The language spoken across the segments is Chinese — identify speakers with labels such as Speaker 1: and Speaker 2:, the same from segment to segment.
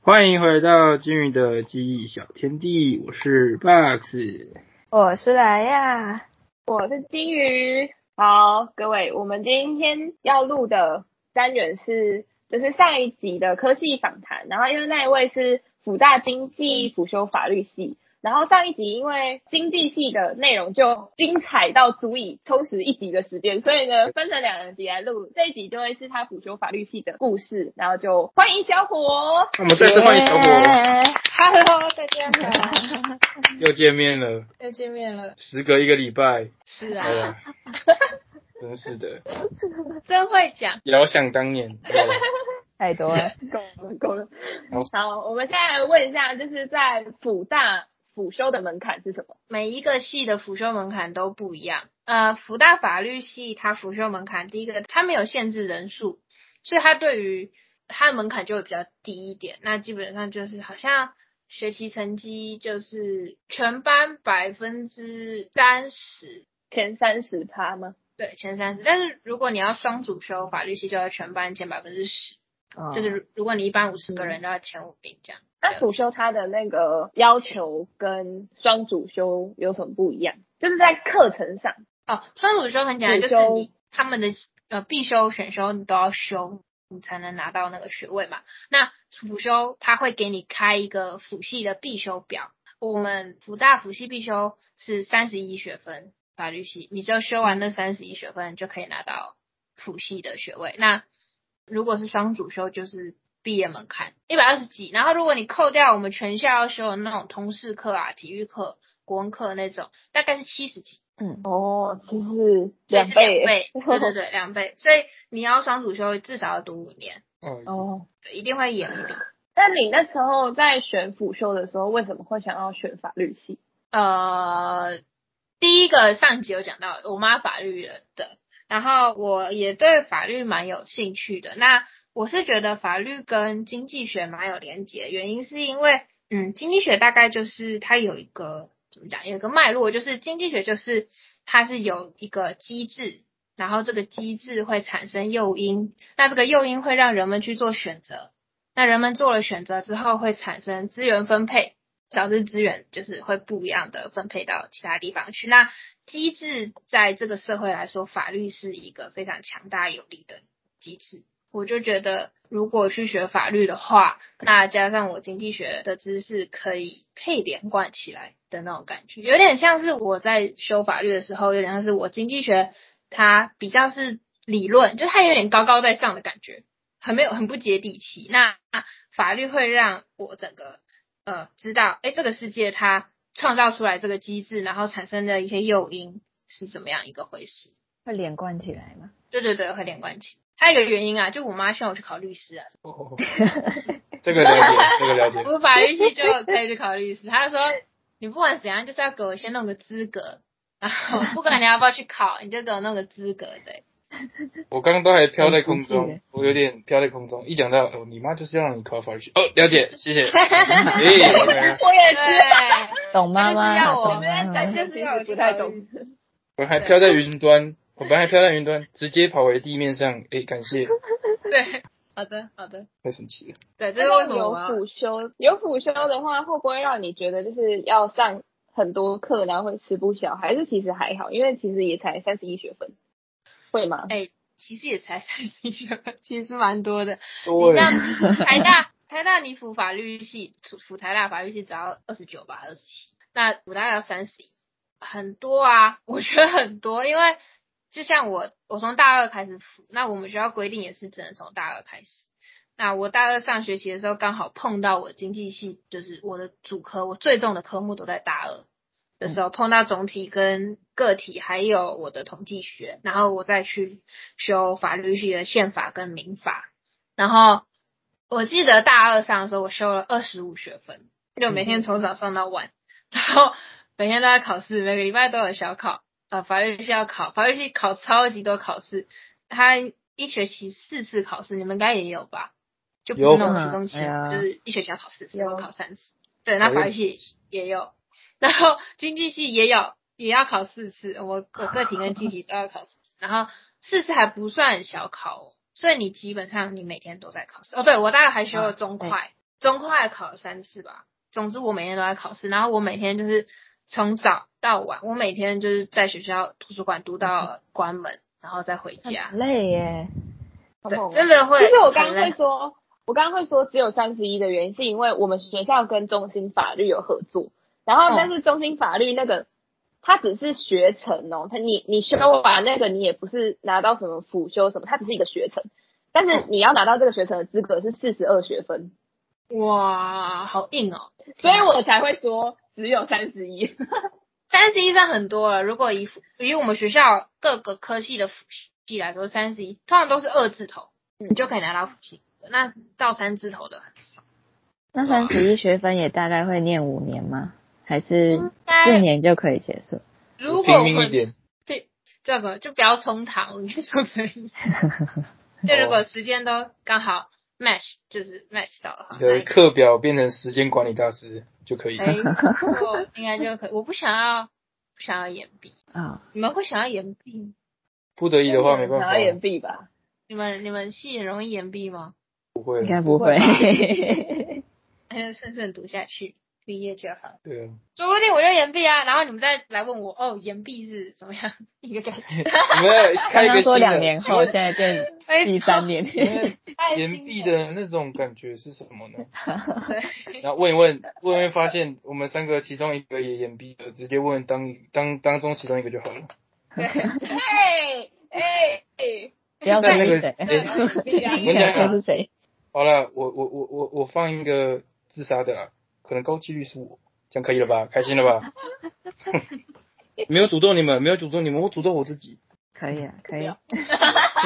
Speaker 1: 欢迎回到金鱼的记忆小天地，我是 Box。
Speaker 2: 我是莱亚，
Speaker 3: 我是金鱼。好，各位，我们今天要录的单元是，就是上一集的科系访谈。然后因为那一位是辅大经济辅修法律系，然后上一集因为经济系的内容就精彩到足以充实一集的时间，所以呢分成两集来录。这一集就会是他辅修法律系的故事，然后就欢迎小哦 伙。
Speaker 1: 我们再次欢迎小伙，
Speaker 2: 耶
Speaker 3: Hello，大家好，
Speaker 1: 又见面了，
Speaker 3: 又见面了。
Speaker 1: 时隔一个礼拜，
Speaker 3: 是啊
Speaker 1: 哎呀，真是的，
Speaker 3: 真会讲。
Speaker 1: 遥想当年。对
Speaker 2: 太多了。
Speaker 3: 够了，够了。好，我们现在来问一下，就是在辅大辅修的门槛是什么？
Speaker 4: 每一个系的辅修门槛都不一样。呃，福大法律系它辅修门槛，第一个它没有限制人数，所以它对于它的门槛就会比较低一点。那基本上就是好像学习成绩就是全班百分之三十，
Speaker 3: 前三十趴吗？
Speaker 4: 对前三十。但是如果你要双主修法律系，就要全班前百分之十，就
Speaker 2: 就是
Speaker 4: 如如果你一般五十个人，就要前五名这样。
Speaker 3: 那辅修它的那个要求跟双主修有什么不一样？就是在课程上，
Speaker 4: 哦，双主修很简单，
Speaker 3: 主
Speaker 4: 就
Speaker 3: 修
Speaker 4: 是你他们的呃必修、选修你都要修，你才能拿到那个学位嘛。那辅修他会给你开一个辅系的必修表，我们辅大辅系必修是三十一学分，法律系你只有修完那三十一学分，你就可以拿到辅系的学位。那如果是双主修，就是毕业门槛一百二十几，然后如果你扣掉我们全校要修的那种通识课啊、体育课、国文课那种，大概是七十几。
Speaker 3: 哦，就是
Speaker 4: 所以
Speaker 3: 两
Speaker 4: 是
Speaker 3: 倍
Speaker 4: 两倍，对对对，两倍。所以你要双主修，至少要读五年，
Speaker 1: 哦，
Speaker 3: 哦。
Speaker 4: 对一定会严厉。
Speaker 3: 那你那时候在选辅修的时候，为什么会想要选法律系？
Speaker 4: 呃，第一个上集有讲到，我妈法律人的，然后我也对法律蛮有兴趣的。那我是觉得法律跟经济学蛮有连结，原因是因为，嗯，经济学大概就是它有一个怎么讲，有一个脉络，就是经济学就是它是有一个机制，然后这个机制会产生诱因，那这个诱因会让人们去做选择，那人们做了选择之后会产生资源分配，导致资源就是会不一样的分配到其他地方去。那机制在这个社会来说，法律是一个非常强大有力的机制。我就觉得，如果去学法律的话，那加上我经济学的知识，可以可以连贯起来的那种感觉，有点像是我在修法律的时候，有点像是我经济学它比较是理论，就它有点高高在上的感觉，很没有很不接地气。那法律会让我整个呃知道，哎，这个世界它创造出来这个机制，然后产生的一些诱因是怎么样一个回事。
Speaker 2: 会连贯起来吗？
Speaker 4: 对对对，会连贯起。还有一个原因啊，就我妈希望我去考律师啊，
Speaker 1: 哦这个了解，这个了 解。
Speaker 4: 我法律系就可以去考律师。她就说，你不管怎样，就是要给我先弄个资格，然后不管你要不要去考，你就给我弄个资格。 对，
Speaker 1: 我刚刚都还飘在空
Speaker 2: 很实
Speaker 1: 中
Speaker 2: 际，
Speaker 1: 我有点飘在空中。一讲到哦，你妈就是要让你考法律系，哦，了解，谢 谢。哎，
Speaker 3: 我也是，
Speaker 4: 对，
Speaker 2: 懂妈
Speaker 4: 就
Speaker 2: 妈
Speaker 4: 是要
Speaker 2: 啊，
Speaker 4: 我
Speaker 2: 懂妈
Speaker 4: 对
Speaker 2: 妈
Speaker 4: 就
Speaker 2: 啊。
Speaker 4: 是要有
Speaker 3: 不太懂。
Speaker 1: 我还飘在云端，我本来还飘在云端，直接跑回地面上。哎，感谢，
Speaker 4: 对，好的好的，
Speaker 1: 太神奇了。
Speaker 4: 对，这是哎为
Speaker 3: 那
Speaker 4: 什么
Speaker 3: 有
Speaker 4: 我要
Speaker 3: 辅修，有辅修的话，会不会让你觉得就是要上很多课，然后会吃不消？还是其实还好，因为其实也才三十一学分，会吗？
Speaker 4: 哎其实也才三十学分，其实蛮多的。你
Speaker 1: 对，
Speaker 4: 像台大，台大你辅法律系，辅台大法律系只要二十九吧，二十七，那辅大要三十一，很多啊，我觉得很多，因为就像我，我从大二开始辅，那我们学校规定也是只能从大二开始。那我大二上学期的时候，刚好碰到我经济系，就是我的主科，我最重的科目都在大二的时候，碰到总体跟个体，还有我的统计学，然后我再去修法律系的宪法跟民法。然后我记得大二上的时候，我修了二十五学分，就每天从早上到晚，然后每天都在考试，每个礼拜都有小考。呃，法律系要考，法律系考超级多考试，他一学期四次考试，你们应该也有吧？就不
Speaker 1: 有
Speaker 4: 是那种期中期，
Speaker 2: 哎呀
Speaker 4: 就是一学期要考四次，
Speaker 3: 有
Speaker 4: 会考三次。对，那
Speaker 1: 讨
Speaker 4: 法
Speaker 1: 厌
Speaker 4: 律系也有，然后经济系也有，也要考四次。我我个体跟经济都要考四次，然后四次还
Speaker 3: 啊
Speaker 4: 不算小考哦，所以你基本上你每天都在考试。哦，对我大概还修了中
Speaker 2: 对
Speaker 4: 快，中科还考了三次吧。总之我每天都在考试，然后我每天就是从早到晚，我每天就是在学校图书馆读
Speaker 3: 嗯
Speaker 4: 到关门，然后再回家
Speaker 2: 很。累耶。
Speaker 3: 好
Speaker 4: 对
Speaker 3: 猛哦
Speaker 4: 真的会
Speaker 3: 其实我刚
Speaker 4: 很
Speaker 3: 刚
Speaker 4: 累
Speaker 3: 会说，我刚刚会说只有三十一的原因，是因为我们学校跟中心法律有合作，然
Speaker 4: 嗯
Speaker 3: 后但是中心法律那个。它只是学程哦，它你你修完那个，你也不是拿到什么辅修什么，它只是一个学程。但
Speaker 4: 嗯
Speaker 3: 是你要拿到这个学程的资格是四十二学分，
Speaker 4: 哇，好硬哦！
Speaker 3: 所以我才会说只有三十一。
Speaker 4: 三十一算很多了，如果以辅以我们学校各个科系的辅系来说，三十一通常都是二字头，你就可以拿到辅系。那到三字头的很少，
Speaker 2: 那三十一学分也大概会念五年吗？还是
Speaker 4: 应该
Speaker 2: 四年就可以结束？
Speaker 4: 如果
Speaker 1: 拼
Speaker 4: 我
Speaker 1: 命一点，
Speaker 4: 对这个就不要冲堂，我应该说这个意思。就如果时间都刚好 match，就是 match 到的话，
Speaker 1: 你
Speaker 4: 那
Speaker 1: 的课表变成时间管理大师就可以。
Speaker 4: 没错，应该就可以。我不想要，不想要延毕，
Speaker 2: 啊、
Speaker 4: 你们会想要延毕吗？
Speaker 1: 不得已的话没办
Speaker 3: 想
Speaker 1: 法
Speaker 3: 要，延毕吧？
Speaker 4: 你们你们系很容易延毕吗？
Speaker 1: 不会
Speaker 2: 应，该不会。
Speaker 4: 哎，顺顺读下去，毕业就好。
Speaker 1: 对啊，
Speaker 4: 说不定我就延毕啊，然后你们再来问我，哦，延毕是怎么样一个感觉？
Speaker 1: 你们要开
Speaker 2: 刚
Speaker 1: 一个
Speaker 2: 刚
Speaker 1: 新
Speaker 2: 说
Speaker 1: 的
Speaker 2: 两年后，
Speaker 1: 请
Speaker 2: 现在变
Speaker 4: 哎
Speaker 2: 第三年。
Speaker 1: 问
Speaker 4: 太新
Speaker 1: 岩壁的那种感觉是什么呢？
Speaker 4: 了，
Speaker 1: 然后问一问，问一问，发现我们三个其中一个也岩壁的，直接问当当当中其中一个就好了。
Speaker 4: 对，
Speaker 3: 哎哎哎，
Speaker 2: 不要说是谁，
Speaker 1: 对
Speaker 3: 那个
Speaker 2: 不想说是谁。
Speaker 1: 好了，我我我我我放一个自杀的啦，可能高几率是我，这样可以了吧？开心了吧？没有诅咒你们，没有诅咒你们，我诅咒我自己。
Speaker 2: 可以啊，可
Speaker 3: 不
Speaker 2: 以
Speaker 3: 要。
Speaker 2: 不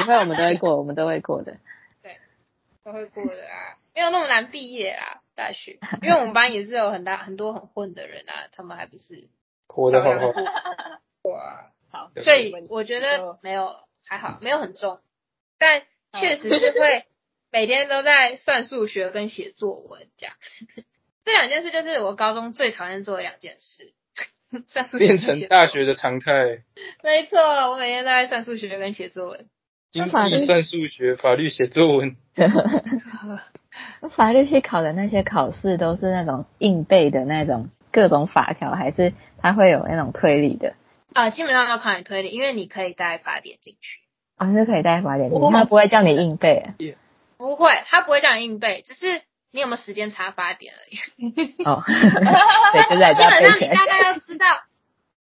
Speaker 2: 会，我们都会过，我们都会过的。
Speaker 4: 都会过的啊，没有那么难毕业啦。大学，因为我们班也是有很大很多很混的人啊，他们还不是
Speaker 1: 活得好好。
Speaker 3: 好，
Speaker 4: 所以我觉得没有还好，
Speaker 1: 嗯
Speaker 4: 没有很重，但确实是会每天都在算数学跟写作文这样。这两件事就是我高中最讨厌做的两件事，算数学
Speaker 1: 变
Speaker 4: 跟写作
Speaker 1: 成大学的常态，
Speaker 4: 没错，我每天都在算数学跟写作文。
Speaker 1: 经
Speaker 2: 法律
Speaker 1: 济、算数学、法律、写作文，
Speaker 2: 法律系考的那些考试都是那种硬背的那种各种法条，还是它会有那种推理的？
Speaker 4: 啊，基本上都考你推理，因为你可以带法典进去。
Speaker 2: 啊、是可以带法典进去，
Speaker 1: 哇
Speaker 2: 它不会叫你硬背啊、
Speaker 4: 不会，他不会叫你硬背，只是你有没有时间查法典而已。
Speaker 2: 哦，对，就在
Speaker 4: 基
Speaker 2: 家
Speaker 4: 本
Speaker 2: 背
Speaker 4: 上
Speaker 2: 起
Speaker 4: 你
Speaker 2: 来。
Speaker 4: 大概要知道，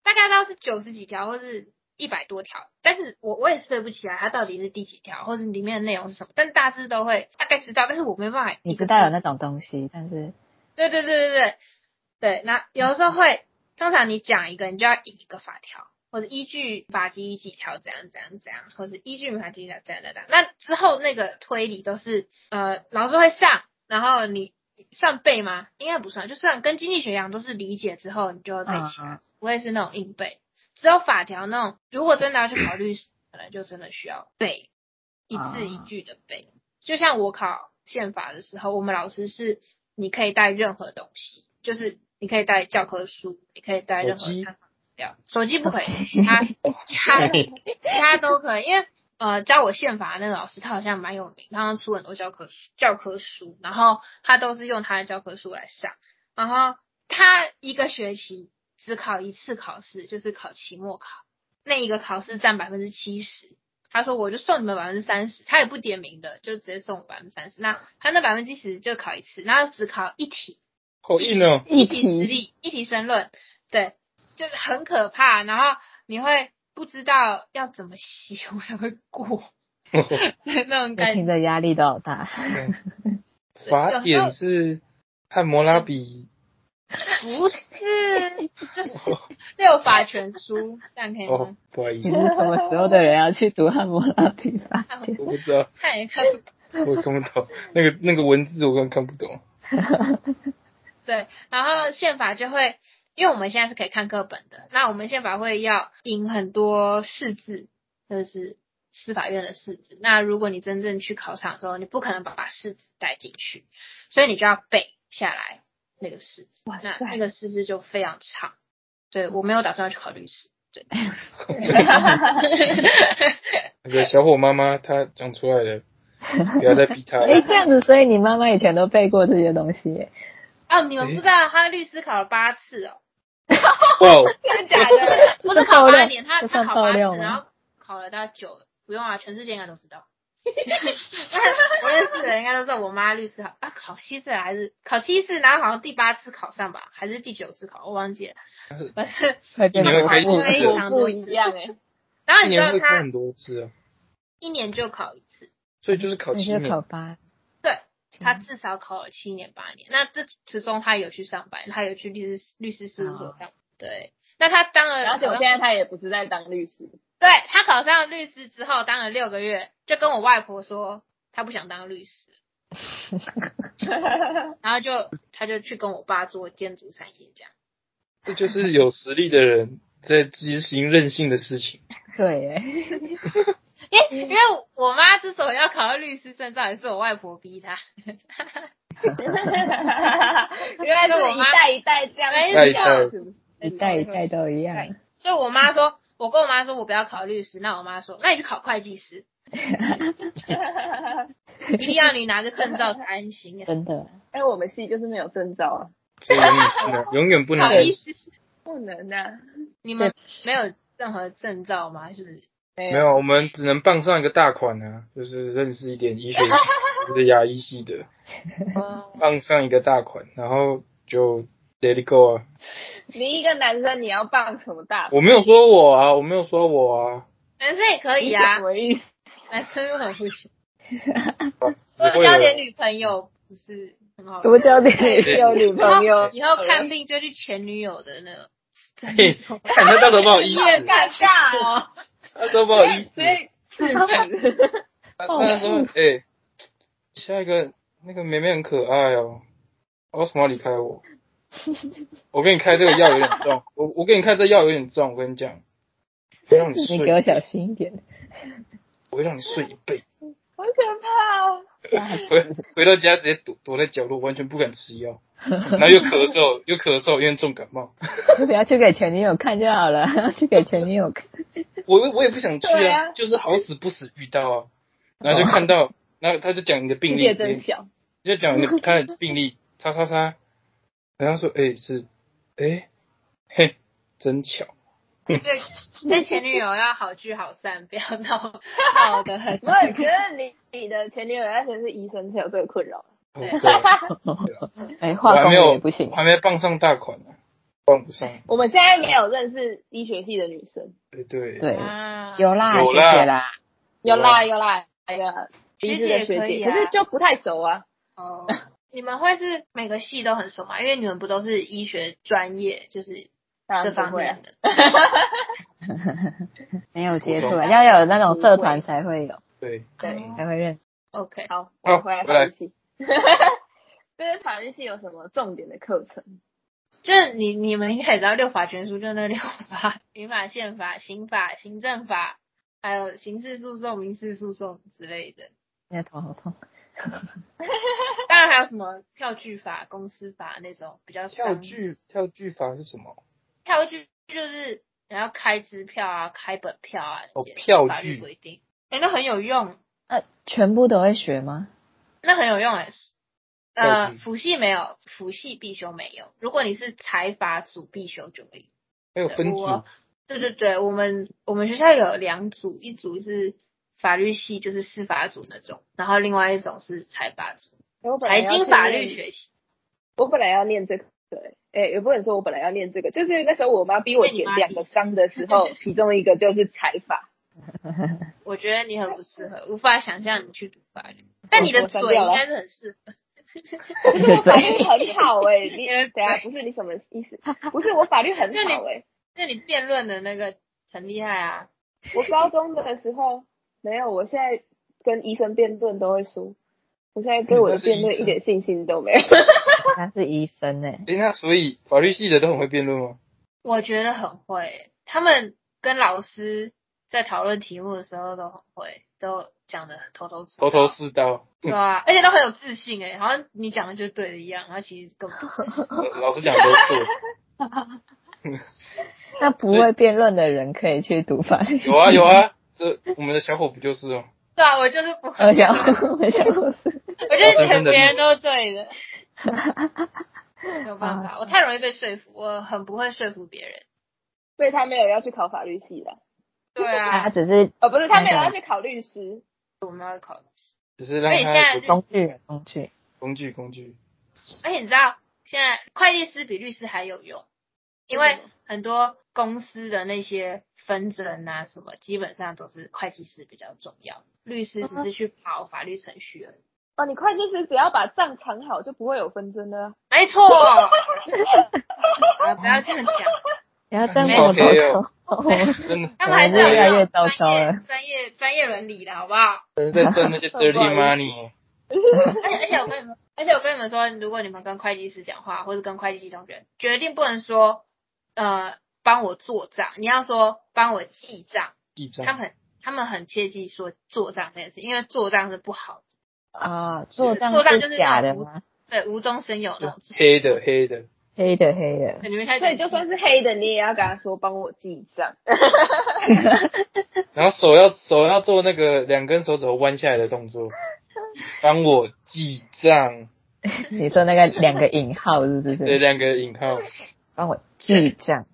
Speaker 4: 大概到是九十几条或是一百多条，但是我我也是背不起来，它到底是第几条，或是里面的内容是什么，但大致都会大概知道，但是我没办法。
Speaker 2: 你知道有？那种东西，但是
Speaker 4: 对对对对对对，那有时候会，通常你讲一个，你就要引一个法条，或者依据法基几条怎样怎样怎样，或是依据法基几条怎样怎样。那之后那个推理都是呃老师会上，然后你算背吗？应该不算，就算跟经济学一样，都是理解之后你就会背起来。
Speaker 2: 嗯
Speaker 4: 我也是那种硬背，只有法条那种，如果真的要去考律师，可能就真的需要背一字一句的背。就像我考宪法的时候，我们老师是你可以带任何东西，就是你可以带教科书，你可以带任何
Speaker 1: 手机
Speaker 4: 参考资料，手机不可以，其 他其他其他都可以，因为。呃，教我宪法的那个老师，他好像蛮有名，他出很多教科书教科书，然后他都是用他的教科书来上，然后他一个学期只考一次考试，就是考期末考，那一个考试占百分之七十。他说我就送你们百分之三十，他也不点名的，就直接送我百分之三十。那他那百分之七十就考一次，然后只考一题，
Speaker 1: 好硬哦。
Speaker 2: 一
Speaker 4: 一题实力，一题申论，对，就是很可怕。然后你会不知道要怎么写， 我才会过那种
Speaker 2: 就
Speaker 4: 感觉
Speaker 2: 听。着压力都好大。
Speaker 1: 法典是汉摩拉比，
Speaker 4: 不是，就是 六法全书，这样可以
Speaker 1: 哦
Speaker 4: 吗？，
Speaker 1: 不好意
Speaker 2: 你
Speaker 1: 思
Speaker 2: 是，什么时候的人要去读汉谟拉比法典？
Speaker 1: 我不知道，
Speaker 4: 看也看不懂。
Speaker 1: 我看不懂那个那个文字，我根本看不懂。
Speaker 4: 对，然后宪法就会，因为我们现在是可以看课本的，那我们宪法会要引很多释字，就是司法院的释字。那如果你真正去考场之后，你不可能把释字带进去，所以你就要背下来那个释字。
Speaker 2: 哇
Speaker 4: 那
Speaker 2: 塞
Speaker 4: 那个释字就非常长。对我没有打算要去考律师。对，
Speaker 1: 那个小火妈妈她讲出来了，不要再逼他
Speaker 2: 哎，
Speaker 1: 了。
Speaker 2: 这样子，所以你妈妈以前都背过这些东西耶，
Speaker 4: 哦，你们
Speaker 1: 诶
Speaker 4: 不知道他律师考了八次哦，
Speaker 1: 哇哦，
Speaker 3: 真的假的？
Speaker 4: 不是考
Speaker 2: 爆料
Speaker 4: 八年， 他
Speaker 2: 这
Speaker 4: 他
Speaker 2: 算
Speaker 4: 考
Speaker 2: 爆
Speaker 4: 八次，
Speaker 2: 料吗
Speaker 4: 然后考了到九，不用啊，全世界应该都知道。 我认识的人应该都知道，我妈律师考啊，考七次还是考七次，然后好像第八次考上吧，还是第九次考，我忘记了。反正
Speaker 2: 快变
Speaker 1: 你会
Speaker 2: 成
Speaker 1: 开
Speaker 2: 恐
Speaker 1: 心
Speaker 2: 怖
Speaker 4: 非
Speaker 3: 我
Speaker 4: 常
Speaker 3: 不一样哎、
Speaker 4: 然后
Speaker 1: 一
Speaker 4: 你知
Speaker 1: 年
Speaker 4: 道
Speaker 1: 会考
Speaker 4: 他
Speaker 1: 很多次啊，
Speaker 4: 一年就考一次，
Speaker 1: 所以就是考
Speaker 2: 那
Speaker 1: 七
Speaker 2: 就考
Speaker 1: 年。
Speaker 2: 八。
Speaker 4: 对
Speaker 2: 七
Speaker 4: 他
Speaker 2: 年，
Speaker 4: 至少考了七年八年。那这其中他有去上班，他有去律师律师事务所
Speaker 2: 哦
Speaker 4: 上班。对，那他当了
Speaker 3: 而且我
Speaker 4: 好像
Speaker 3: 现在他也不是在当律 师，
Speaker 4: 对他考上律师之后，当了六个月，就跟我外婆说他不想当律师，然后就他就去跟我爸做建筑产业这样。
Speaker 1: 这就是有实力的人在执行任性的事情。
Speaker 2: 对耶，
Speaker 4: 因为因为我妈之所以要考到律师证照，也是我外婆逼她。
Speaker 3: 原来是一代一代这样
Speaker 1: 哎代一代
Speaker 3: 子教，是不是
Speaker 2: 一代一代都一样。
Speaker 4: 所以我妈说，我跟我妈说我不要考律师，那我妈说，那你去考会计师，一定要你拿个证照才安心。
Speaker 2: 真的，
Speaker 3: 哎，我们系就是没有证照啊，
Speaker 1: 所以永远不能，永远不能
Speaker 4: 考
Speaker 1: 开
Speaker 4: 医
Speaker 1: 始。
Speaker 4: 师，
Speaker 3: 不能啊，
Speaker 4: 你们没有任何证照吗？是不是？
Speaker 3: 没
Speaker 1: 没有，我们只能傍上一个大款啊，就是认识一点医 学，就是牙医系的，
Speaker 4: 哦
Speaker 1: 傍上一个大款，然后就 let it go 啊。
Speaker 3: 你一个男生你要傍什么大？
Speaker 1: 我没有说我啊，我没有说我啊，
Speaker 4: 男生也可以
Speaker 3: 你
Speaker 4: 啊
Speaker 3: 什，么意思？
Speaker 4: 男生又很不行。
Speaker 1: 只
Speaker 4: 多
Speaker 1: 会
Speaker 4: 交点
Speaker 1: 有
Speaker 4: 女朋友不是很好吗，
Speaker 2: 多交点有女朋友，
Speaker 4: 以后看病就去前女友的那个。
Speaker 1: 嘿， 看他到时候不好意 思，
Speaker 3: 尴尬哦，
Speaker 1: 他到时候不好意思，
Speaker 3: 所以是的，
Speaker 1: 他那时候哎，下一个那个妹妹很可爱哦，我为什么要离开我？我给你开这个药有点重，我我给你开这药有点重，我跟你讲，会让你
Speaker 2: 你给我
Speaker 1: 睡，
Speaker 2: 小心一点。
Speaker 1: 我会让你睡一辈子。
Speaker 3: 好可怕哦！
Speaker 1: 回回到家直接躲躲在角落，完全不敢吃 药，然后又咳嗽，又咳嗽，因为重感冒。
Speaker 2: 就不要去给前女友看就好了， 去给前女友看。
Speaker 1: 我我也不想去
Speaker 3: 对
Speaker 1: 啊，
Speaker 3: 啊
Speaker 1: 就是好死不死遇到啊，然后就看到，然后他就讲你的病
Speaker 3: 世
Speaker 1: 例，
Speaker 3: 界真小，
Speaker 1: 就讲你的他的病例，叉叉叉，然后说，哎、是，哎、嘿，真巧，
Speaker 4: 对，那前女友要好聚好散，不要闹闹 得很。
Speaker 3: 我觉得你你的前女友要先是医生才有这个困扰。
Speaker 1: 哦
Speaker 4: 对
Speaker 1: 对，
Speaker 2: 哎，
Speaker 1: 我
Speaker 2: 化
Speaker 1: 还
Speaker 2: 工
Speaker 1: 没
Speaker 2: 的
Speaker 1: 有
Speaker 2: 也不行
Speaker 1: 我，还没傍上大款呢、傍不上，
Speaker 3: 我们现在没有认识医学系的女生，
Speaker 1: 对对，
Speaker 2: 对，
Speaker 4: 啊，
Speaker 2: 有啦，
Speaker 1: 有
Speaker 2: 学
Speaker 1: 啦
Speaker 2: 姐啦，
Speaker 3: 有啦有啦，哎呀，鼻子的
Speaker 4: 学姐也可
Speaker 3: 学
Speaker 4: 以
Speaker 3: 姐，
Speaker 4: 啊
Speaker 3: 可是就不太熟啊。
Speaker 4: 哦，你们会是每个系都很熟吗？因为你们不都是医学专业，就是
Speaker 3: 当
Speaker 4: 这
Speaker 3: 然
Speaker 4: 方
Speaker 3: 不会啊
Speaker 4: 面，的。
Speaker 2: 没有接触
Speaker 1: 不
Speaker 2: 啊，
Speaker 1: 会
Speaker 2: 要有那种社团才会有，
Speaker 1: 对，
Speaker 3: 对，
Speaker 2: 才会认识。
Speaker 4: OK，
Speaker 3: 好，我
Speaker 1: 好
Speaker 3: 们回来
Speaker 1: 回来
Speaker 3: 法律系。 就是法律系有什么重点的课程？
Speaker 4: 就是你你们应该也知道六法全书，就那六法：民法、宪法、刑法、行政法，还有刑事诉讼、民事诉讼之类的。
Speaker 2: 现在头好痛，
Speaker 4: 当然还有什么票据法、公司法那种比较
Speaker 1: 跳
Speaker 4: 常
Speaker 1: 剧跳剧法是什么？
Speaker 4: 票据就是你要开支票啊、开本票啊
Speaker 1: 哦
Speaker 4: 这些
Speaker 1: 票
Speaker 4: 法律
Speaker 1: 据
Speaker 4: 规定，哎、那很有用，
Speaker 2: 那全部都会学 吗？
Speaker 4: 那很有用哎、
Speaker 1: 票
Speaker 4: 呃，
Speaker 1: 据
Speaker 4: 辅系没有，辅系必修没有。如果你是财法组必修就可以。
Speaker 1: 还有分组
Speaker 4: 我对对对，我们我们学校有两组，一组是法律系，就是司法组那种，然后另外一种是财法组，
Speaker 3: 我本来
Speaker 4: 财
Speaker 3: 要
Speaker 4: 经
Speaker 3: 去
Speaker 4: 法
Speaker 3: 念
Speaker 4: 律学系。
Speaker 3: 我本来要念这个，对，哎，也不能说我本来要念这个，就是那时候我妈逼我
Speaker 4: 被你妈
Speaker 3: 填
Speaker 4: 逼
Speaker 3: 两个章的时 候，其中一个就是财法，
Speaker 4: 我觉得你很不适合，无法想象你去读法律。但你的
Speaker 3: 我
Speaker 4: 嘴
Speaker 3: 删掉了
Speaker 4: 应该是很适合。
Speaker 3: 可是我法律 很好哎、 你
Speaker 4: 对
Speaker 3: 等下不是你什么意思？不是我法律很好哎、
Speaker 4: 那你辩论的那个很厉害啊，
Speaker 3: 我高中的时候没有，我现在跟医生辩论都会输，我现在对我的辩论一点信心都没有。
Speaker 2: 他是医生欸呢，
Speaker 1: 诶，那所以法律系的都很会辩论吗？
Speaker 4: 我觉得很会。他们跟老师在讨论题目的时候都很会，都讲的头头是道
Speaker 1: 头头是道。
Speaker 4: 对啊，而且都很有自信哎、好像你讲的就对的一样，然后其实根本不 是。
Speaker 1: 呃老实讲都是。
Speaker 2: 那不会辩论的人可以去读法律。
Speaker 1: 有啊有啊，这我们的小伙不就是哦？
Speaker 4: 对啊，我就是不会，
Speaker 2: 我想，我想我是，
Speaker 4: 我就是
Speaker 1: 我深
Speaker 4: 很
Speaker 1: 深地
Speaker 4: 别
Speaker 1: 理
Speaker 4: 人都是 对的，没有
Speaker 2: 有
Speaker 4: 办法，我太容易被说服，我很不会说服别人。
Speaker 3: 所以他没有要去考法律系的，
Speaker 4: 对
Speaker 2: 他
Speaker 4: 啊，
Speaker 2: 只是
Speaker 3: 哦，不是，他没有
Speaker 2: 那
Speaker 3: 要
Speaker 2: 个
Speaker 3: 去考律师，
Speaker 4: 我们要考，
Speaker 1: 只是让
Speaker 4: 所以现在
Speaker 1: 他有
Speaker 4: 律
Speaker 2: 工具人工具。
Speaker 1: 工具工具。
Speaker 4: 而且你知道，现在会计师比律师还有用，因
Speaker 3: 为
Speaker 4: 为
Speaker 3: 什么
Speaker 4: 很多公司的那些纷争啊什么，基本上都是会计师比较重要，律师只是去跑法律程序而已。
Speaker 3: 哦，你会计师只要把账藏好，就不会有纷争了。
Speaker 4: 没 错，啊，不要这样讲，
Speaker 2: 不要这样
Speaker 4: 没
Speaker 2: 跟我
Speaker 1: 有
Speaker 2: 沟 通，
Speaker 1: 真的，
Speaker 4: 他们还是有
Speaker 2: 越来越
Speaker 4: 那种
Speaker 2: 糟糕
Speaker 4: 专
Speaker 2: 了
Speaker 4: 业、专业、专业伦理的好不好？
Speaker 1: 真是在赚 那些
Speaker 3: 不好意
Speaker 1: dirty
Speaker 3: 思
Speaker 1: money。
Speaker 3: 啊
Speaker 4: 而且而且我跟你们，而且我跟你们说，如果你们跟会计师讲话，或者跟会计系同学，绝对不能说呃帮我做账，你要说帮我记账。
Speaker 1: 记
Speaker 4: 他
Speaker 1: 账，
Speaker 4: 们他们很切记说做账这件事，因为做账是不好
Speaker 2: 啊！做账
Speaker 4: 做账就是是
Speaker 2: 假
Speaker 4: 那
Speaker 2: 的
Speaker 4: 种
Speaker 2: 吗？
Speaker 4: 的，对，无中生有那种事。
Speaker 1: 黑的黑的，
Speaker 2: 黑的黑的，
Speaker 4: 对 你们开始
Speaker 3: 所以就算是黑的，你也要跟他说帮我记账。
Speaker 1: 然后手要手要做那个两根手指头弯下来的动 作，帮我记账。
Speaker 2: 你说那个两个引号是不
Speaker 1: 对，
Speaker 2: 是？
Speaker 1: 两个引号，
Speaker 2: 帮我记账。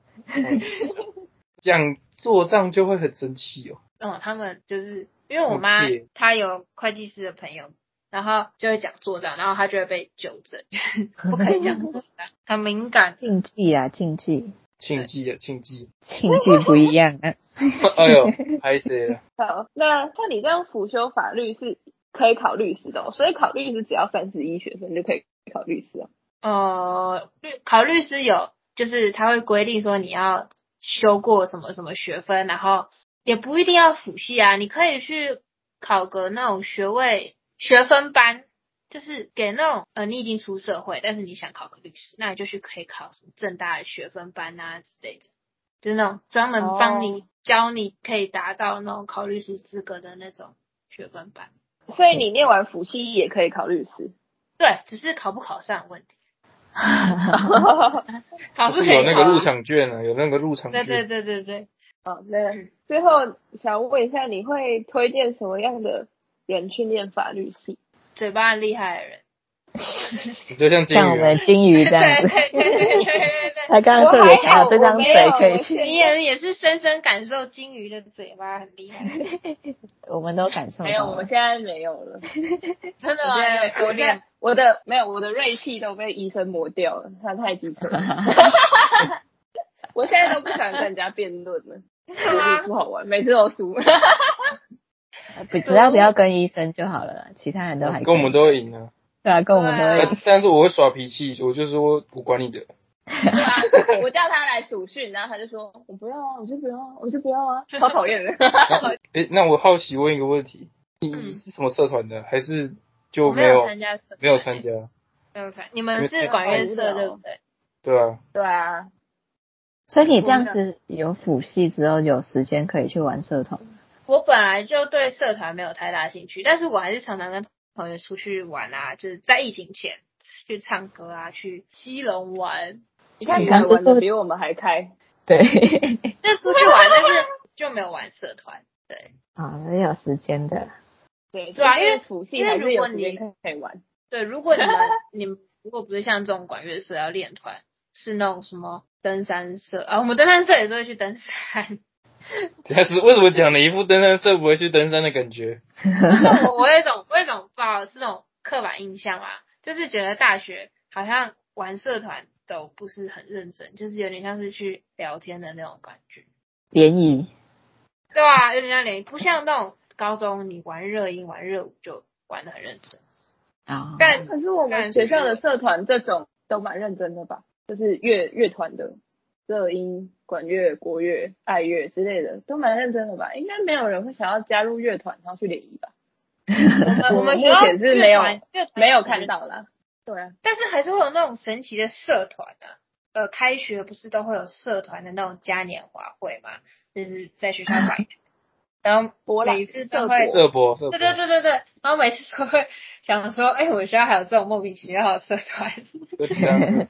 Speaker 1: 这样做账就会很生气哦。
Speaker 4: 嗯，他们就是因为我妈
Speaker 1: 很介
Speaker 4: 她有会计师的朋友，然后就会讲做账，然后她就会被纠 正， 不可以讲做账，很敏感。
Speaker 2: 禁忌啊，禁忌，
Speaker 1: 庆忌啊，庆忌！
Speaker 2: 禁忌不一样啊。
Speaker 1: 哎呦，拍谁了？
Speaker 3: 好，那像你这样辅修法律是可以考律师的、哦，所以考律师只要三十一学生就可以考律师哦。
Speaker 4: 呃，律考律师有，就是他会规定说你要修过什么什么学分，然后也不一定要辅系啊，你可以去考个那种学位学分班，就是给那种呃你已经出社会，但是你想考个律师，那你就去可以考什么正大的学分班啊之类的，就是那种专门帮你、
Speaker 3: 哦
Speaker 4: 教你可以达到那种考律师资格的那种学分班。
Speaker 3: 所以你念完辅系也可以考律师。
Speaker 4: 对，只是考不考上的问题，
Speaker 3: 好，
Speaker 4: 考
Speaker 1: 就是
Speaker 4: 可以
Speaker 1: 有那
Speaker 4: 考
Speaker 1: 个入
Speaker 4: 啊
Speaker 1: 场券啊，有那个入场
Speaker 4: 对
Speaker 1: 券。
Speaker 4: 对对对对。
Speaker 3: 那最后想问一下，你会推荐什么样的人去念法律系？
Speaker 4: 嘴巴很厉害的人。
Speaker 1: 你就像金
Speaker 2: 像我
Speaker 1: 鱼啊，
Speaker 2: 们金鱼这样
Speaker 4: 对
Speaker 2: 子，
Speaker 4: 对对对 对对，
Speaker 2: 他刚刚特别想到这张谁可以去，
Speaker 4: 你也也是深深感受金鱼的嘴巴很厉 害，
Speaker 2: 我们都感受
Speaker 3: 没有，
Speaker 2: 到
Speaker 3: 我
Speaker 2: 了。
Speaker 3: 现在没有 了。
Speaker 4: 真的
Speaker 3: 我
Speaker 4: 吗？
Speaker 3: 现
Speaker 4: 你有
Speaker 3: 在
Speaker 4: 收
Speaker 3: 我现
Speaker 4: 敛
Speaker 3: 在，我的没有，我的锐气都被医生磨掉了，他太机车了。我现在都不想跟人家辩论 了，
Speaker 4: 是
Speaker 3: 就是
Speaker 4: 吗？
Speaker 3: 不好玩，每次都输。
Speaker 2: 不只要不要跟医生就好了啦，其他人都还
Speaker 1: 跟我们
Speaker 2: 可以
Speaker 1: 都赢了。
Speaker 2: 对啊，跟我们都
Speaker 4: 对
Speaker 2: 会
Speaker 4: 啊
Speaker 1: 但但是我会耍脾气，我就说我管你的。
Speaker 3: 对啊我叫他来数训，然后他就说我不要啊，我就不要啊，我就不要啊，好讨厌的。
Speaker 1: 诶，那我好奇问一个问题，你
Speaker 4: 嗯
Speaker 1: 是什么社团的？还是就
Speaker 4: 我没
Speaker 1: 有
Speaker 4: 参加社团，
Speaker 1: 没有参加？
Speaker 4: 没有参，你们是管乐社对不对？
Speaker 1: 对啊，
Speaker 3: 对啊，
Speaker 2: 所以你这样子有辅系之后，有时间可以去玩社团。
Speaker 4: 我本来就对社团没有太大兴趣，但是我还是常常跟朋友出去玩啊，就是在疫情前去唱歌啊，去基隆玩，
Speaker 3: 你看
Speaker 2: 你
Speaker 3: 你还
Speaker 2: 刚嗯不
Speaker 3: 玩
Speaker 2: 是
Speaker 3: 的
Speaker 2: 说
Speaker 3: 比我们还开，
Speaker 2: 对
Speaker 4: 就出去玩，但是就没有玩社团。对，
Speaker 2: 啊，是有时间的。
Speaker 3: 对
Speaker 4: 对啊因为
Speaker 3: 辅系
Speaker 4: 因为
Speaker 3: 还是有
Speaker 4: 如果
Speaker 3: 时
Speaker 4: 你
Speaker 3: 间可以玩。
Speaker 4: 对，如果 你们你们如果不是像这种管乐社要练团，是那种什么登山社啊，我们登山社也都会去 登山。
Speaker 1: 但是为什么讲的一副登山社不会去登山的感觉？
Speaker 4: 就是我我有一种我有一种不好是那种刻板印象啊，就是觉得大学好像玩社团都不是很认真，就是有点像是去聊天的那种感觉。
Speaker 2: 联谊，
Speaker 4: 对啊，有点像联谊，不像那种高中你玩热音玩热舞就玩的很认真。
Speaker 2: 啊，
Speaker 4: 但
Speaker 3: 可是我们学校的社团这种都蛮认真的吧，就是乐乐团的，乐音、管乐、国乐、爱乐之类的都蛮认真的吧，应该没有人会想要加入乐团然后去联谊吧？
Speaker 4: 我们呃我们
Speaker 3: 我目前是没有
Speaker 4: 学校乐团
Speaker 3: 没有看，到啦。对啊，
Speaker 4: 但是还是会有那种神奇的社团啊。呃，开学不是都会有社团的那种嘉年华会嘛？就是在学校摆
Speaker 3: 嗯
Speaker 4: 的，然后
Speaker 3: 博览
Speaker 4: 每次都会，
Speaker 1: 社博，社博
Speaker 4: 对对对对对，然后每次都会想说，哎、我们学校还有这种莫名其妙的社团，
Speaker 1: 都其他社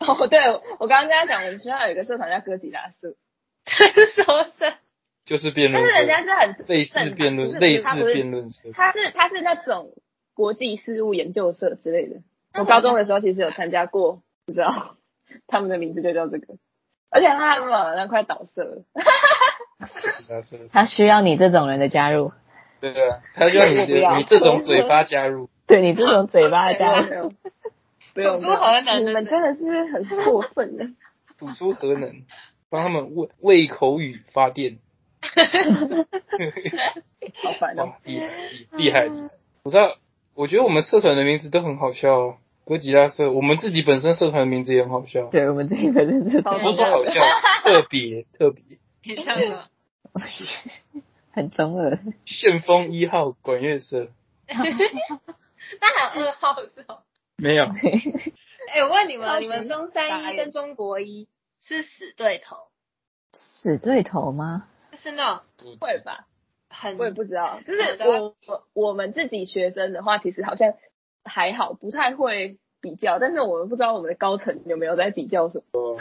Speaker 3: 哦，对，我刚刚跟他讲，我们学校有一个社团叫哥吉拉社，
Speaker 4: 这是什么社？
Speaker 1: 就是辩
Speaker 3: 但
Speaker 1: 论
Speaker 3: 是
Speaker 1: 社，
Speaker 3: 人家是很
Speaker 1: 类
Speaker 3: 正
Speaker 1: 似
Speaker 3: 常
Speaker 1: 辩
Speaker 3: 不
Speaker 1: 论，
Speaker 3: 是
Speaker 1: 类
Speaker 3: 他
Speaker 1: 似
Speaker 3: 不是
Speaker 1: 辩论社，
Speaker 3: 他是他是那种国际事务研究社之类的。
Speaker 4: 那
Speaker 3: 我
Speaker 4: 我
Speaker 3: 高中的时候其实有参加过，不知道他们的名字就叫这个，而且他们好像快倒社了。
Speaker 1: 他是
Speaker 2: 他需要你这种人的加入，
Speaker 1: 对啊，他就让你
Speaker 3: 我不要
Speaker 1: 你这种嘴巴加入，
Speaker 2: 对你这种嘴巴的
Speaker 3: 不
Speaker 2: 加
Speaker 4: 啊
Speaker 2: 入，
Speaker 3: 用 不
Speaker 4: 有
Speaker 3: 用，
Speaker 4: 出核能
Speaker 3: 你们真的是很过分 的。
Speaker 1: 吐出核能，帮他们为为口语发电，
Speaker 3: 好烦哦
Speaker 1: 哇，！厉害厉害！厉害我知道，我觉得我们社团的名字都很好笑哦，哥吉拉社，我们自己本身社团的名字也很好笑，
Speaker 2: 对我们自己本身是
Speaker 3: 好
Speaker 1: 不是说 好笑，特别特别。
Speaker 4: 你唱什么？
Speaker 2: 很中二，
Speaker 1: 旋风一号管乐社
Speaker 4: 那还有二号是吗？
Speaker 1: 没有，
Speaker 4: 哎、我问你
Speaker 3: 超
Speaker 4: 们，
Speaker 3: 级
Speaker 4: 你们中
Speaker 3: 傻
Speaker 4: 山一
Speaker 3: 眼
Speaker 4: 跟中国一是死对头，
Speaker 2: 死对头吗？
Speaker 4: 就是那种
Speaker 3: 会吧？
Speaker 4: 很
Speaker 3: 我也不知道，就是啊
Speaker 4: 我的
Speaker 3: 我我我们自己学生的话，其实好像还好，不太会比较，但是我们不知道我们的高层有没有在比较什么。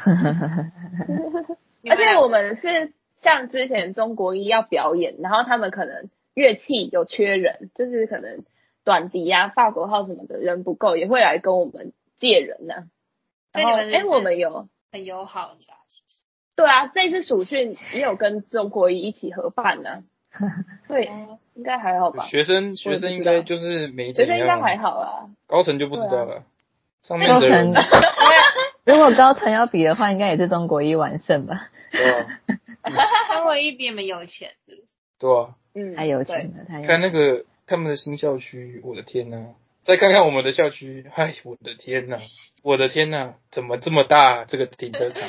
Speaker 4: 你
Speaker 3: 而
Speaker 4: 们
Speaker 3: 且
Speaker 4: 俩
Speaker 3: 我们是像之前中国一要表演，然后他们可能乐器有缺人，就是可能短笛啊、法国号什么的人不够，也会来跟我们借人呢、
Speaker 4: 所以
Speaker 3: 然后，
Speaker 4: 你们
Speaker 3: 哎、
Speaker 4: 是
Speaker 3: 我们有
Speaker 4: 很友好的啦，其实
Speaker 3: 对啊，这一次暑训也有跟中国一一起合办 呢、对，
Speaker 4: 哦
Speaker 3: 应该还好吧？
Speaker 1: 学生
Speaker 3: 我也
Speaker 1: 学
Speaker 3: 不知道
Speaker 1: 生应该就是没
Speaker 3: 学
Speaker 1: 怎
Speaker 3: 生
Speaker 1: 么
Speaker 3: 应该
Speaker 1: 样
Speaker 3: 还
Speaker 1: 啊，
Speaker 3: 好啊啦。
Speaker 1: 高层就不知道了。上面
Speaker 2: 高
Speaker 1: 的人
Speaker 2: 层，如果高层要比的话，应该也是中国一完胜吧？
Speaker 1: 对啊
Speaker 4: 中国一比你们有钱，是不是
Speaker 1: 对啊，
Speaker 3: 嗯，
Speaker 2: 太有
Speaker 3: 对
Speaker 2: 钱。了，太有
Speaker 1: 看
Speaker 2: 钱
Speaker 1: 那个他们的新校区，我的天呐、再看看我们的校区，哎，我的天呐、我的天呐、怎么这么大、这个停车场？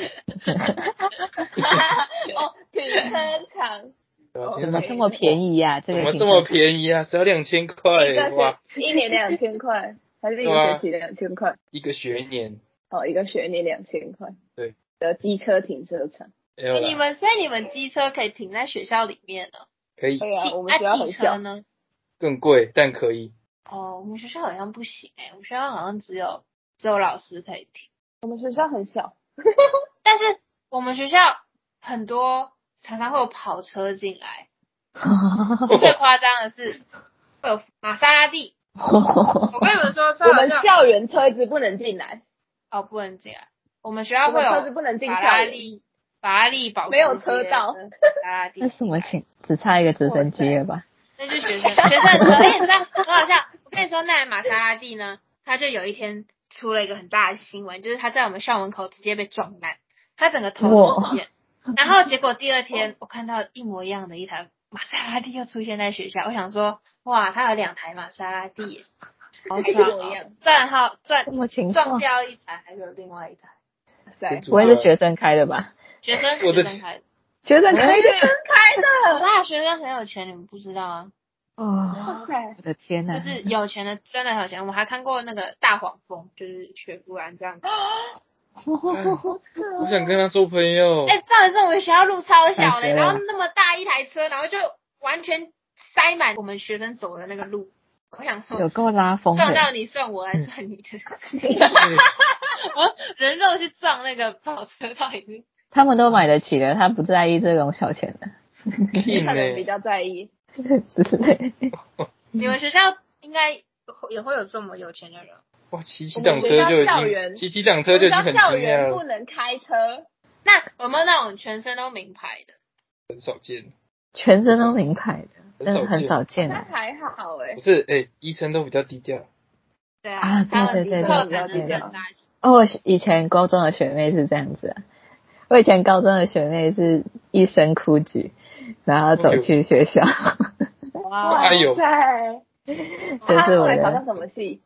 Speaker 3: 哦，停车场
Speaker 1: 对啊
Speaker 3: 哦
Speaker 1: 天
Speaker 2: 怎
Speaker 1: 哪
Speaker 2: 么这么便宜呀、这
Speaker 1: 怎
Speaker 2: 个
Speaker 1: 么
Speaker 2: 挺
Speaker 1: 这么便宜啊？只要两千
Speaker 3: 一
Speaker 1: 块
Speaker 3: 个学
Speaker 1: 哇，
Speaker 3: 一年两千块，还是一个
Speaker 1: 对啊
Speaker 3: 学期两千块？
Speaker 1: 一个学年。
Speaker 3: 哦，一个学年两千块。
Speaker 1: 对。
Speaker 3: 的机车停车场。
Speaker 1: 没有
Speaker 4: 哎你
Speaker 1: 啦，
Speaker 4: 们所以你们机车可以停在学校里面呢？
Speaker 1: 可以
Speaker 3: 对啊，
Speaker 4: 汽
Speaker 3: 我们学校
Speaker 4: 啊
Speaker 3: 很
Speaker 4: 汽
Speaker 3: 小
Speaker 4: 车。呢？
Speaker 1: 更贵，但可 以。
Speaker 4: 哦，我们学校好像不行哎、我们学校好像只有只有老师可以停，
Speaker 3: 我们学校很小。
Speaker 4: 但是我们学校很多常常会有跑车进来，
Speaker 1: 哦
Speaker 4: 最夸张的是会有玛莎拉蒂。我跟你们说，
Speaker 3: 我
Speaker 4: 最好
Speaker 3: 们
Speaker 4: 笑
Speaker 3: 校园车子不能进来，
Speaker 4: 哦，不能进来。我们学
Speaker 3: 我
Speaker 4: 校会
Speaker 3: 们车子
Speaker 4: 有
Speaker 3: 不能进
Speaker 4: 法
Speaker 3: 校
Speaker 4: 拉
Speaker 3: 园。
Speaker 4: 利、法拉利、保时捷
Speaker 3: 没有车道
Speaker 4: 跟法拉利
Speaker 2: 那什么钱？只差一个直升机了吧？
Speaker 4: 那就是学生学生车。而且你知道很好笑，我跟你说，那台玛莎拉蒂呢，它就有一天出了一个很大的新闻，就是它在我们校门口直接被撞烂，它整个头都不见。然后结果第二天，我看到一模一样的一台玛莎拉蒂又出现在学校，我想说，哇，它有两台玛莎拉蒂耶，好爽
Speaker 3: 一模 一
Speaker 4: 哦
Speaker 3: 样！
Speaker 4: 赚好赚
Speaker 2: 什么情
Speaker 4: 撞
Speaker 2: 况？
Speaker 4: 掉一台，还有另外一台。
Speaker 3: 对，
Speaker 2: 不会是学生开的吧？
Speaker 4: 学生
Speaker 1: 我的
Speaker 4: 学生开的，
Speaker 2: 学生开
Speaker 3: 开
Speaker 2: 的
Speaker 3: 的？开的。
Speaker 4: 我大学生很有钱，你们不知道啊，
Speaker 2: 哦，
Speaker 3: 哇塞！
Speaker 2: 我的天哪！
Speaker 4: 就是有钱的真的很有钱。我还看过那个大黄蜂，就是雪佛兰这样子。
Speaker 1: 我想跟他做朋 友。
Speaker 4: 哎、重点是我们学校路超小的、
Speaker 2: 太绝了
Speaker 4: 然后那么大一台车，然后就完全塞满我们学生走的那个路。我想说，
Speaker 2: 有够拉风
Speaker 4: 撞
Speaker 2: 的，
Speaker 4: 到你算我，还算你 的。人肉去撞那个跑车，到底是
Speaker 2: 他们都买得起的，他不在意这种小钱的
Speaker 1: 哎硬欸
Speaker 3: 可能比
Speaker 1: 呢？
Speaker 3: 较在意。
Speaker 2: 之类的。
Speaker 4: 你们学校应该也会有这么有钱的人？
Speaker 1: 哇，骑骑挡车
Speaker 3: 我
Speaker 1: 就
Speaker 3: 们学校校
Speaker 1: 已经，
Speaker 3: 园
Speaker 1: 骑骑挡车就已经
Speaker 3: 我
Speaker 1: 很
Speaker 3: 们
Speaker 1: 惊
Speaker 3: 校校
Speaker 1: 讶
Speaker 3: 园不
Speaker 1: 了，
Speaker 3: 能开车，
Speaker 4: 那有没有那种全身都名牌的？
Speaker 1: 很少见，
Speaker 2: 全身都名牌的，真的
Speaker 1: 很
Speaker 2: 很
Speaker 1: 少
Speaker 2: 少
Speaker 4: 嗯
Speaker 2: 见
Speaker 3: 那
Speaker 2: 啊。
Speaker 3: 还好哎
Speaker 1: 不。是，哎，医生都比较低调，
Speaker 4: 对
Speaker 2: 啊
Speaker 4: 啊，
Speaker 2: 对
Speaker 4: 他们
Speaker 2: 对对
Speaker 4: 课
Speaker 3: 对
Speaker 4: 可
Speaker 3: 对
Speaker 4: 能
Speaker 3: 对
Speaker 4: 很垃圾。
Speaker 2: 哦，我以前高中的学妹是这样子、啊，我以前高中的学妹是一身枯菊，然后走去学校，
Speaker 4: 哇，
Speaker 3: 哇
Speaker 1: 哎呦
Speaker 3: 塞！
Speaker 2: 这
Speaker 3: 他
Speaker 2: 是
Speaker 3: 后
Speaker 2: 我
Speaker 3: 来考上
Speaker 2: 的
Speaker 3: 什么系？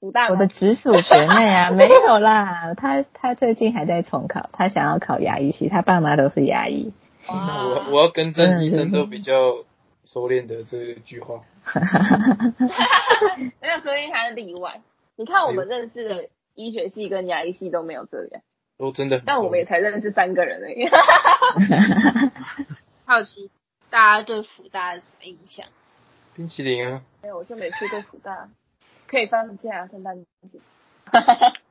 Speaker 3: 武大
Speaker 2: 我
Speaker 3: 吗
Speaker 2: 的直属学妹啊，没有啦，她她最近还在重考，她想要考牙医系，她爸妈都是牙医，
Speaker 1: 嗯我
Speaker 4: 哇，
Speaker 1: 我要更正，
Speaker 2: 嗯
Speaker 1: 医生都比较收敛的这句话。
Speaker 3: 没有，所以他是例外。你看我们
Speaker 1: 哎
Speaker 3: 认识的医学系跟牙医系都没有这样，
Speaker 1: 都真的很收敛，
Speaker 3: 但我们也才认识三个人而已。
Speaker 4: 好奇大家对福大有什么印象？
Speaker 1: 冰淇淋啊，
Speaker 3: 没有，我就没去过福大，可以放假啊圣诞节，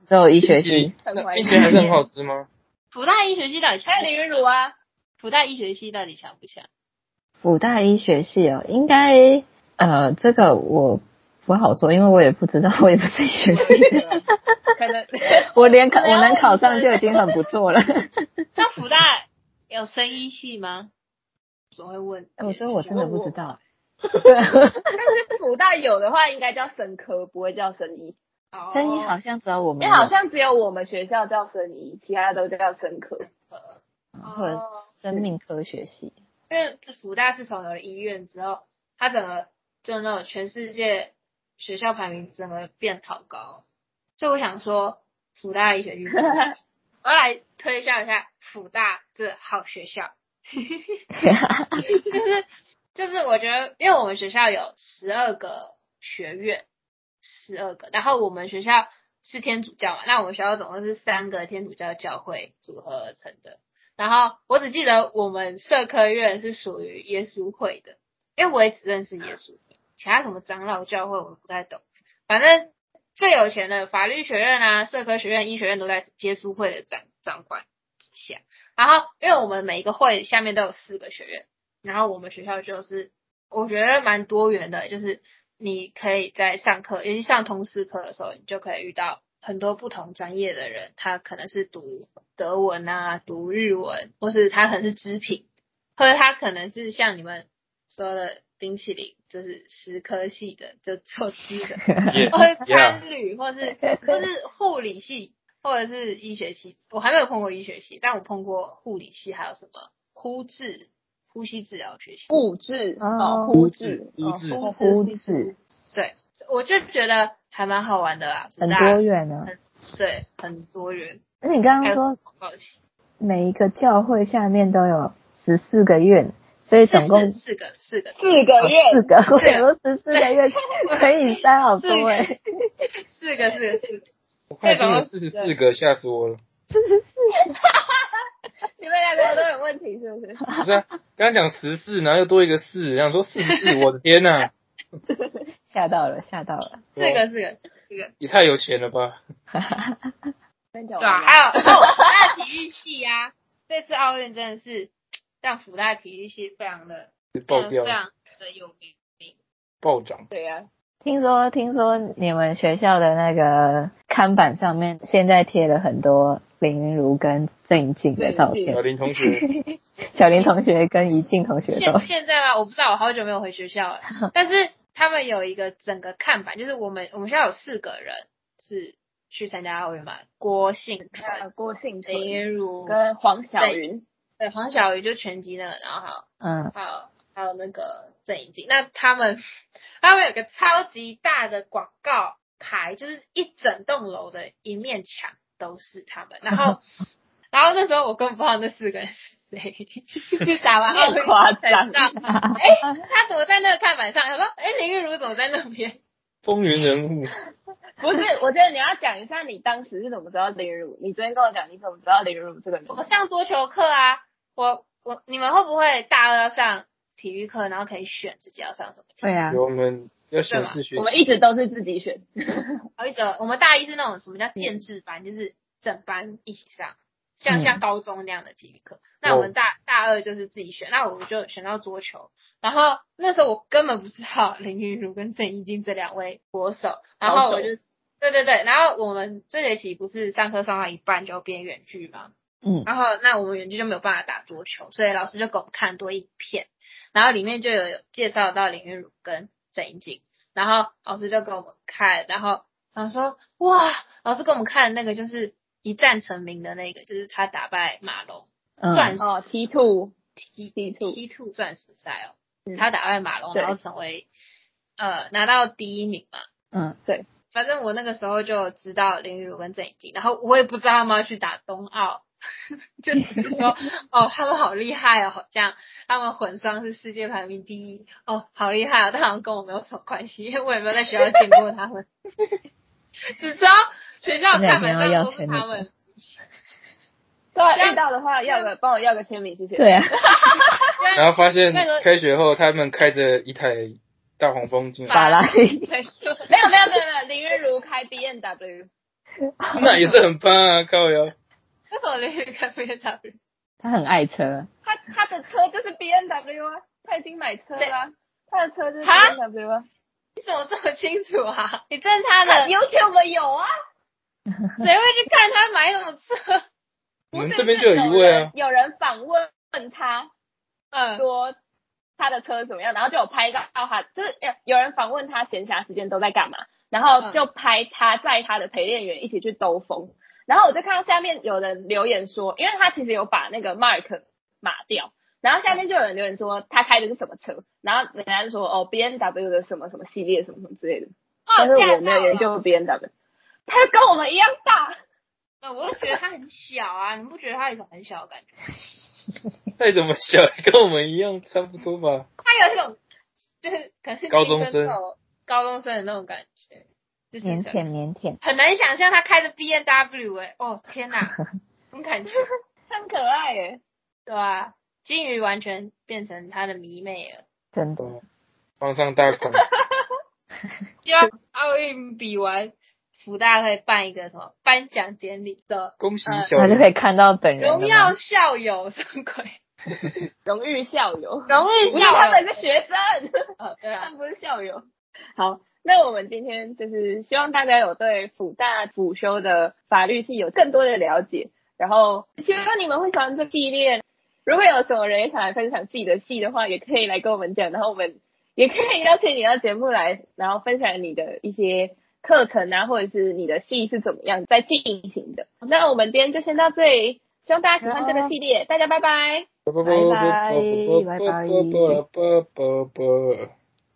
Speaker 2: 只有医学
Speaker 1: 冰淇
Speaker 2: 系
Speaker 1: 淋，，
Speaker 3: 很
Speaker 1: 那
Speaker 3: 怀
Speaker 1: 冰
Speaker 3: 念
Speaker 1: 淇。淋还是 很好吃吗？
Speaker 4: 福大医学系到底强
Speaker 3: 还
Speaker 4: 不
Speaker 3: 有
Speaker 4: 强？
Speaker 3: 林云儒啊，
Speaker 4: 福大医学系到底强不强？
Speaker 2: 辅大医学系哦，应该呃，这个我不好说，因为我也不知道，我也不是医学系的，
Speaker 3: 可 能
Speaker 2: 我连考我能考上就已经很不错 了。
Speaker 4: 那福大有生医系吗？总会问。
Speaker 2: 哎我这我真的不知 道。
Speaker 3: 但是福大有的话，应该叫生科，不会叫生医，
Speaker 4: 哦
Speaker 2: 生医好像只有我
Speaker 3: 因
Speaker 2: 们
Speaker 3: 为
Speaker 2: 有，
Speaker 3: 好像只有我们学校叫生医，其他都叫生科。
Speaker 2: 或者
Speaker 4: 哦，
Speaker 2: 生命科学系，
Speaker 4: 因为这福大自从有了医院之后，它整个真的全世界学校排名整个变好高，所以我想说福大医学系， 我要来推销一下福大这好学校。就是就是，我觉得，因为我们学校有十二个学院，十二个，然后我们学校是天主教嘛，那我们学校总共是三个天主教教会组合而成的。然后我只记得我们社科院是属于耶稣会的，因为我也只认识耶稣会，其他什么长老教会我不太懂。反正最有钱的法律学院啊、社科学院、医学院都在耶稣会的掌掌管之下。然后，因为我们每一个会下面都有四个学院，然后我们学校就是我觉得蛮多元的，就是你可以在上课，尤其上通识课的时候，你就可以遇到很多不同专业的人，他可能是读德文啊，读日文，或是他可能是织品，或者他可能是像你们说的冰淇淋，就是食科系的，就做吃的。
Speaker 1: 也
Speaker 4: 或是
Speaker 1: Yeah.
Speaker 4: 参旅，或是或是护理系，或者是医学系。我还没有碰过医学系，但我碰过护理系，还有什么呼治呼吸治疗学系。
Speaker 3: 物质
Speaker 2: 哦
Speaker 3: 哦，物
Speaker 1: 质
Speaker 3: 质，
Speaker 1: 物质
Speaker 3: 哦
Speaker 2: 物
Speaker 3: 物
Speaker 2: 质
Speaker 3: 质，
Speaker 4: 对，我就觉得还蛮好玩的啦，
Speaker 2: 很
Speaker 4: 大
Speaker 2: 多元啊。
Speaker 4: 很对，很多元。
Speaker 2: 而且你刚
Speaker 4: 还
Speaker 2: 刚
Speaker 4: 有
Speaker 2: 说
Speaker 4: 广告系，
Speaker 2: 每一个教会下面都有十四个院，所以总共
Speaker 4: 四四个四个
Speaker 3: 四个
Speaker 2: 哦四
Speaker 3: 月，
Speaker 2: 个， 我想说十四个月乘以三好多哎、
Speaker 4: 四个四个四个，
Speaker 1: 我看今年四十四个，吓死我了。
Speaker 3: 你们两个都有问题是不是？
Speaker 1: 不是、啊，刚刚讲十四，然后又多一个四，然后说四十四，我的天 呐、
Speaker 2: 吓到了，吓到了，
Speaker 4: 四个四
Speaker 1: 啊
Speaker 4: 个四个。
Speaker 1: 也太有钱了吧！
Speaker 3: 真讲
Speaker 4: 对啊，
Speaker 3: 完
Speaker 4: 还
Speaker 3: 了
Speaker 4: 有哦，福大体育系啊，这次奥运真的是让福大体育系非常的
Speaker 1: 爆
Speaker 3: 嗯
Speaker 1: 掉
Speaker 4: 非
Speaker 3: 啊
Speaker 1: 了，
Speaker 4: 常的有名。
Speaker 1: 暴涨。
Speaker 3: 对啊呀，
Speaker 2: 听说听说你们学校的那个看板上面现在贴了很多林云如跟郑怡静的照
Speaker 1: 小
Speaker 2: 片，
Speaker 1: 啊林同学，
Speaker 2: 小林同学跟怡静同学的照
Speaker 4: 现现在吗？我不知道，我好久没有回学校了。但是他们有一个整个看板，就是我们我们学校有四个人是去参加奥运嘛，郭幸
Speaker 3: 还有
Speaker 4: 存、
Speaker 3: 呃郭幸存
Speaker 4: 林云如、
Speaker 3: 跟黄小云，
Speaker 4: 对黄小瑜就拳击那个，然后还有
Speaker 2: 嗯，
Speaker 4: 还有还有那个郑怡静，那他们 他们有个超级大的广告牌，就是一整栋楼的一面墙都是他们。然后 然后那时候我根本不知道那四个人是谁，是打完奥运
Speaker 3: 太夸 张
Speaker 4: 才知道哎，他怎么在那个看板上？他说，哎，林玉如怎么在那边？
Speaker 1: 风云人物，
Speaker 3: 不是？我觉得你要讲一下你当时是怎么知道林如，你昨天跟我讲你怎么知道林如这个人，
Speaker 4: 我上桌球课啊，我我你们会不会大二要上体育课，然后可以选自己要上什么？
Speaker 2: 对啊，
Speaker 1: 有我们要显示学习
Speaker 3: 我们一直都是自己选，
Speaker 4: 还有一个，我们大一是那种什么叫建制班，就是整班一起上，像
Speaker 2: 嗯哦
Speaker 4: 像高中那样的体育课。那我们大大二就是自己选，那我们就选到桌球。然后那时候我根本不知道 林云如跟郑怡静这两位国手，然后我就对对对，然后我们这学期不是上课上到一半就变远距吗？
Speaker 2: 嗯，
Speaker 4: 然后那我们远距就没有办法打桌球，所以老师就给我们看多一片，然后里面就有介绍到林韵如跟郑怡静，然后老师就给我们看，然后然后说哇，老师给我们看的那个就是一战成名的那个，就是他打败马龙
Speaker 2: 嗯
Speaker 4: 钻石
Speaker 3: 哦，T two
Speaker 4: T
Speaker 3: T two，
Speaker 4: T two 钻石赛哦，
Speaker 3: 嗯
Speaker 4: 他打败马龙，
Speaker 3: 对
Speaker 4: 然后成为呃拿到第一名嘛。
Speaker 2: 嗯，
Speaker 4: 反正我那个时候就知道林雨茹跟郑怡静，然后我也不知道他们要去打冬奥， 就只是 说哦，他们好厉害哦，好像他们混双是世界排名第一，哦，好厉害哦，但好像跟我没有什么关系，因为我也没有在学校见过他 们，只知道学校看板上都是 他们。
Speaker 3: 对啊，
Speaker 4: 这样
Speaker 3: 遇到的话要个帮我要个签名，谢谢。
Speaker 2: 对啊，
Speaker 1: 然后发现
Speaker 4: 那个
Speaker 1: 开学后，他们开着一台大黄蜂进 来，
Speaker 2: 法拉利，
Speaker 3: 没有没有没 有没有，林月如开 B N W，
Speaker 1: 那也是很棒啊！靠呀，
Speaker 4: 为什么林雨茹跟 B W？
Speaker 2: 他很爱车，
Speaker 3: 他他的车就是 B N W 啊，他已经买车
Speaker 4: 对
Speaker 3: 了啊，他的车就是
Speaker 4: 哈
Speaker 3: BMW 啊。
Speaker 4: 你怎么这么清楚啊？ 你站他的，
Speaker 3: YouTube 有啊，
Speaker 4: 谁会去看他买什么车？
Speaker 1: 我
Speaker 3: 不
Speaker 1: 们
Speaker 3: 是
Speaker 1: 这边就有一位啊，
Speaker 3: 有人有人访问问他
Speaker 4: 嗯，
Speaker 3: 说他的车怎么样，然后就有拍到他，就是有有人访问他闲暇时间都在干嘛，然
Speaker 4: 嗯
Speaker 3: 后就拍他载他的陪练员一起去兜风，然后我就看到下面有人留言说，因为他其实有把那个 Mark 码掉。然后下面就有人留言说他开的是什么车，然后人家就说哦 B N W 的什么什么系列什么什么之类的，
Speaker 4: 好
Speaker 3: 但是
Speaker 4: 吓
Speaker 3: 我没
Speaker 4: 到
Speaker 3: 有研究 B N W，他跟我们一样大，
Speaker 4: 了！我就觉得他很小啊，你不觉得他有一种很小的感觉？
Speaker 1: 再怎么小，跟我们一样差不多吧。
Speaker 4: 他有一种就是可能是
Speaker 1: 高中生
Speaker 4: 青春痘高中生的那种感觉，就是
Speaker 2: 腼腆腼腆，
Speaker 4: 很难想象他开着 B N W 哎、哦天 哪，很感觉
Speaker 3: 很可爱耶、
Speaker 4: 对啊，金鱼完全变成他的迷妹了。
Speaker 2: 真的。
Speaker 1: 哦，放上大 款，
Speaker 4: 希望奥运比完，福大可以办一个什么颁奖典礼的
Speaker 1: 恭喜
Speaker 3: 嗯
Speaker 4: 呃
Speaker 1: 小
Speaker 2: 那就可
Speaker 1: 林。
Speaker 2: 以看到本人了吗
Speaker 4: 荣耀校友什么鬼？
Speaker 3: 荣誉校友，
Speaker 4: 荣誉
Speaker 3: 不是他
Speaker 4: 校
Speaker 3: 们
Speaker 4: 友，
Speaker 3: 是学生，
Speaker 4: 呃，对
Speaker 3: 他
Speaker 4: 啊，
Speaker 3: 们不是校友。好，那我们今天就是希望大家有对辅大辅修的法律系有更多的了解，然后希望你们会喜欢这系列。如果有什么人也想来分享自己的系的话，也可以来跟我们讲，然后我们也可以邀请你到节目来，然后分享你的一些课程啊，或者是你的系是怎么样在进行的。那我们今天就先到这里，希望大家喜欢这个系列，大家拜拜。
Speaker 1: 拜
Speaker 2: 拜拜拜拜
Speaker 1: 拜拜拜拜拜拜。